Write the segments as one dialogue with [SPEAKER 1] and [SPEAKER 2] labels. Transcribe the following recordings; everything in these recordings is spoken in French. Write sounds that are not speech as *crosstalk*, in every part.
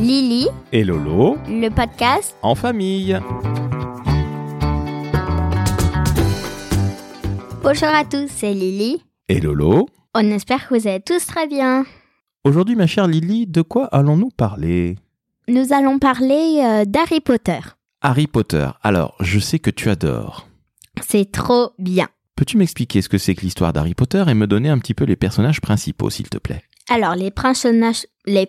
[SPEAKER 1] Lily,
[SPEAKER 2] et Lolo
[SPEAKER 1] le podcast.
[SPEAKER 2] en famille.
[SPEAKER 1] Bonjour à tous, c'est Lily.
[SPEAKER 2] Et Lolo
[SPEAKER 1] On espère que vous allez tous très bien.
[SPEAKER 2] Aujourd'hui, ma chère Lily, de quoi allons-nous parler
[SPEAKER 1] Nous allons parler euh, d'Harry Potter.
[SPEAKER 2] Harry Potter. Alors, je sais que tu adores.
[SPEAKER 1] C'est trop bien.
[SPEAKER 2] Peux-tu m'expliquer ce que c'est que l'histoire d'Harry Potter et me donner un petit peu les personnages principaux, s'il te plaît
[SPEAKER 1] Alors, les personnages, les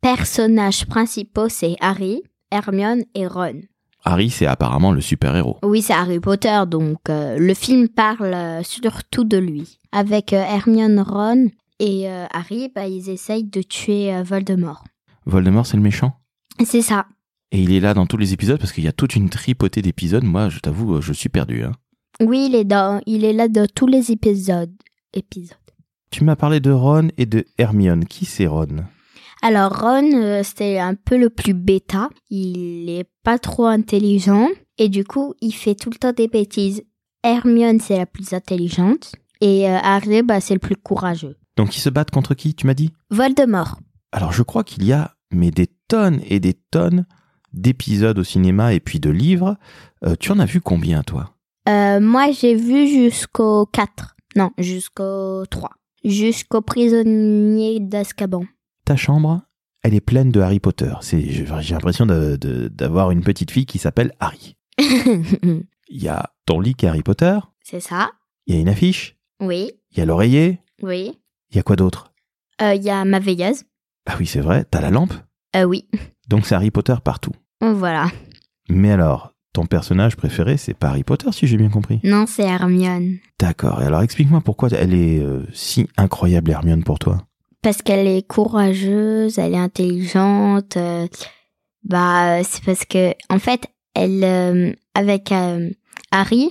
[SPEAKER 1] personnages principaux, c'est Harry, Hermione et Ron.
[SPEAKER 2] Harry, c'est apparemment le super-héros.
[SPEAKER 1] Oui, c'est Harry Potter, donc euh, le film parle euh, surtout de lui. Avec euh, Hermione, Ron et euh, Harry, bah, ils essayent de tuer euh, Voldemort.
[SPEAKER 2] Voldemort, c'est le méchant
[SPEAKER 1] C'est ça.
[SPEAKER 2] Et il est là dans tous les épisodes parce qu'il y a toute une tripotée d'épisodes. Moi, je t'avoue, je suis perdu. hein.
[SPEAKER 1] Oui, il est, dans, il est là dans tous les épisodes. épisodes.
[SPEAKER 2] Tu m'as parlé de Ron et de Hermione. Qui c'est Ron
[SPEAKER 1] Alors Ron, euh, c'était un peu le plus bêta. Il est pas trop intelligent et du coup, il fait tout le temps des bêtises. Hermione, c'est la plus intelligente et euh, Harry, bah, c'est le plus courageux.
[SPEAKER 2] Donc, ils se battent contre qui, tu m'as dit
[SPEAKER 1] Voldemort.
[SPEAKER 2] Alors je crois qu'il y a mais des tonnes et des tonnes d'épisodes au cinéma et puis de livres. Euh, tu en as vu combien toi
[SPEAKER 1] Euh, moi, j'ai vu jusqu'au 4. Non, jusqu'au 3. Jusqu'au prisonnier d'Azkaban. *laughs*
[SPEAKER 2] Ta chambre, elle est pleine de Harry Potter. C'est, j'ai j'ai l'impression de- de- d'avoir une petite fille qui s'appelle Harry. Il y a ton lit qui est Harry Potter,
[SPEAKER 1] c'est ça
[SPEAKER 2] il y a une affiche,
[SPEAKER 1] Oui,
[SPEAKER 2] il y a l'oreiller,
[SPEAKER 1] oui. Euh,
[SPEAKER 2] il y a quoi d'autre
[SPEAKER 1] Il y a ma veilleuse.
[SPEAKER 2] Ah oui c'est vrai, t'as la lampe.
[SPEAKER 1] Euh, oui,
[SPEAKER 2] Donc c'est Harry Potter partout.
[SPEAKER 1] voilà.
[SPEAKER 2] Mais alors, ton personnage préféré c'est pas Harry Potter si j'ai bien compris.
[SPEAKER 1] Non, c'est Hermione.
[SPEAKER 2] D'accord, et alors explique-moi pourquoi elle est euh, si incroyable Hermione pour toi.
[SPEAKER 1] parce qu'elle est courageuse, elle est intelligente. euh, bah, euh, c'est parce que en fait, elle euh, avec euh, Harry,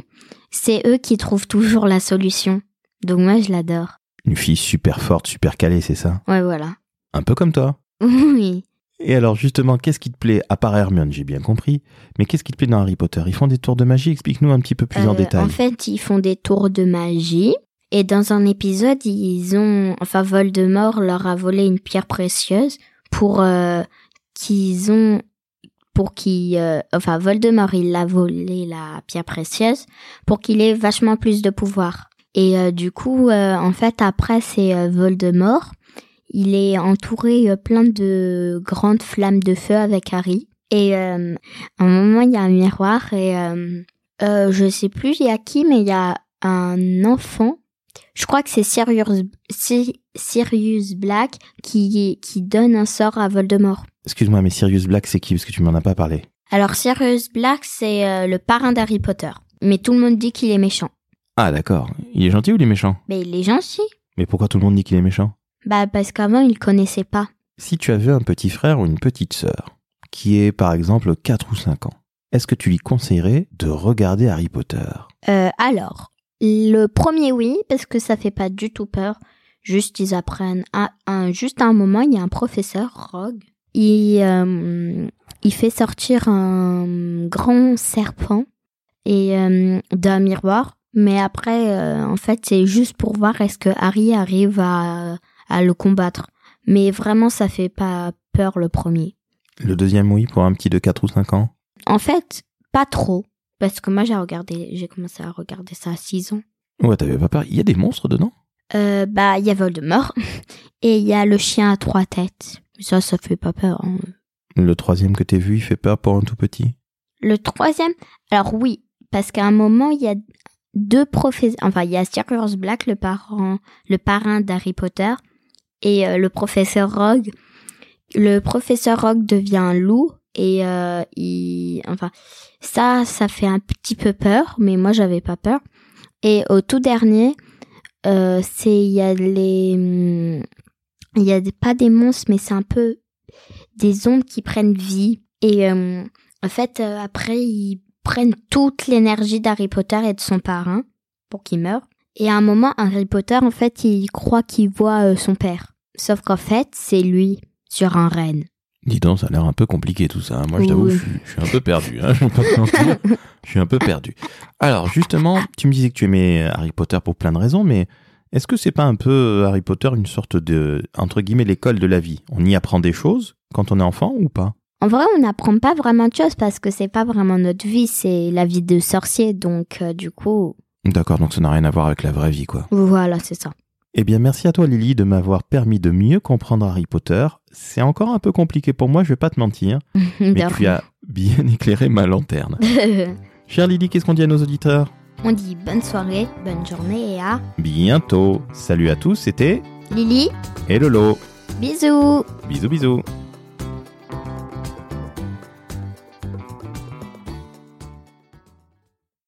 [SPEAKER 1] c'est eux qui trouvent toujours la solution. Donc moi, je l'adore.
[SPEAKER 2] Une fille super forte, super calée, c'est ça
[SPEAKER 1] Ouais, voilà. *laughs*
[SPEAKER 2] Un peu comme toi.
[SPEAKER 1] Oui.
[SPEAKER 2] Et alors justement, qu'est-ce qui te plaît À part Hermione, j'ai bien compris. Mais qu'est-ce qui te plaît dans Harry Potter Ils font des tours de magie, explique-nous un petit peu plus en
[SPEAKER 1] Euh,
[SPEAKER 2] détail.
[SPEAKER 1] En fait, ils font des tours de magie. Et dans un épisode, ils ont, enfin, Voldemort leur a volé une pierre précieuse pour euh, qu'ils ont, pour qu'ils, euh, enfin, Voldemort, il a volé la pierre précieuse pour qu'il ait vachement plus de pouvoir. Et euh, du coup, euh, en fait, après, c'est euh, Voldemort. Il est entouré euh, plein de grandes flammes de feu avec Harry. Et euh, à un moment, il y a un miroir et euh, euh, je sais plus il y a qui, mais il y a un enfant. Je crois que c'est Sirius, Si- Sirius Black qui, qui donne un sort à Voldemort.
[SPEAKER 2] Excuse-moi, mais Sirius Black, c'est qui Parce que tu m'en as pas parlé.
[SPEAKER 1] Alors Sirius Black, c'est euh, le parrain d'Harry Potter. Mais tout le monde dit qu'il est méchant.
[SPEAKER 2] Ah d'accord, il est gentil ou il est méchant
[SPEAKER 1] Mais il est gentil.
[SPEAKER 2] Mais pourquoi tout le monde dit qu'il est méchant
[SPEAKER 1] Bah parce qu'avant, il le connaissait pas.
[SPEAKER 2] Si tu avais un petit frère ou une petite sœur, qui est par exemple 4 ou 5 ans, est-ce que tu lui conseillerais de regarder Harry Potter
[SPEAKER 1] Euh, alors, le premier oui, parce que ça fait pas du tout peur. Juste, ils apprennent. À, un, juste à un moment, il y a un professeur, Rogue. Il, euh, il fait sortir un grand serpent et euh, d'un miroir. Mais après, euh, en fait, c'est juste pour voir est-ce que Harry arrive à, à le combattre. Mais vraiment, ça fait pas peur le premier.
[SPEAKER 2] Le deuxième oui pour un petit de 4 ou 5 ans
[SPEAKER 1] En fait, pas trop. Parce que moi, j'ai regardé, j'ai commencé à regarder ça à 6 ans.
[SPEAKER 2] Ouais, t'avais pas peur, il y a des monstres dedans
[SPEAKER 1] Euh, bah, il y a Voldemort. *laughs* Et il y a le chien à trois têtes. Ça, ça fait pas peur. hein.
[SPEAKER 2] Le troisième que t'es vu, il fait peur pour un tout petit
[SPEAKER 1] Le troisième, alors oui, parce qu'à un moment, il y a deux professeurs. Enfin, il y a Sirius Black, le parent, le parrain d'Harry Potter, et euh, le professeur Rogue. Le professeur Rogue devient un loup. Et euh, il, enfin, ça, ça fait un petit peu peur, mais moi j'avais pas peur. Et au tout dernier, euh, c'est il y a les, hum, il y a des- pas des monstres, mais c'est un peu des ondes qui prennent vie. Et euh, en fait, euh, après, ils prennent toute l'énergie d'Harry Potter et de son parrain pour qu'il meure. Et à un moment, Harry Potter, en fait, il croit qu'il voit euh, son père. Sauf qu'en fait, c'est lui sur un renne.
[SPEAKER 2] Dis donc, ça a l'air un peu compliqué tout ça. hein. Moi, je
[SPEAKER 1] Oui.
[SPEAKER 2] t'avoue, je, suis- je suis un peu perdu. hein, *laughs* je vais pas te mentir. Je suis un peu perdu. Alors, justement, tu me disais que tu aimais Harry Potter pour plein de raisons, mais est-ce que c'est pas un peu euh, Harry Potter une sorte de, entre guillemets, l'école de la vie On y apprend des choses quand on est enfant ou pas
[SPEAKER 1] En vrai, on n'apprend pas vraiment de choses parce que c'est pas vraiment notre vie, c'est la vie de sorcier. Donc, euh, du coup,
[SPEAKER 2] D'accord, donc ça n'a rien à voir avec la vraie vie, quoi.
[SPEAKER 1] voilà, c'est ça. *laughs*
[SPEAKER 2] Eh bien, merci à toi, Lily, de m'avoir permis de mieux comprendre Harry Potter. C'est encore un peu compliqué pour moi, je vais pas te mentir, mais
[SPEAKER 1] De
[SPEAKER 2] tu as bien *laughs* éclairé ma lanterne.
[SPEAKER 1] rien.
[SPEAKER 2] Chère Lily, qu'est-ce qu'on dit à nos auditeurs
[SPEAKER 1] *laughs* on dit bonne soirée, bonne journée et à
[SPEAKER 2] Bientôt Salut à tous, c'était
[SPEAKER 1] Lily,
[SPEAKER 2] et Lolo.
[SPEAKER 1] bisous
[SPEAKER 2] Bisous, bisous